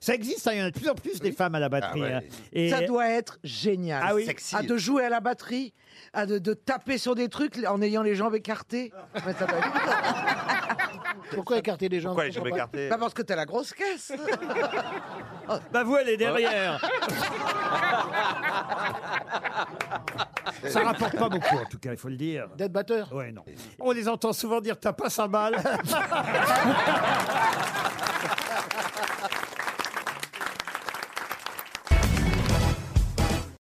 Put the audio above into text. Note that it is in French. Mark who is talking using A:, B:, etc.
A: Ça existe, hein, il y en a de plus en plus des femmes à la batterie.
B: ouais.
A: hein. Et-
C: Ça doit être génial.
A: Ah oui.
B: Sexy.
C: À de jouer à la batterie, à de, de taper sur des trucs en ayant les jambes écartées. Ouais, ça doit être-
D: Pourquoi écarter les gens
B: Pourquoi les jambes écartées
C: Pas parce que t'as la grosse caisse.
A: Bah vous, elle est derrière. Ça rapporte pas beaucoup, en tout cas, il faut le dire.
D: D'être batteur
A: Ouais, non. On les entend souvent dire t'as pas sa balle.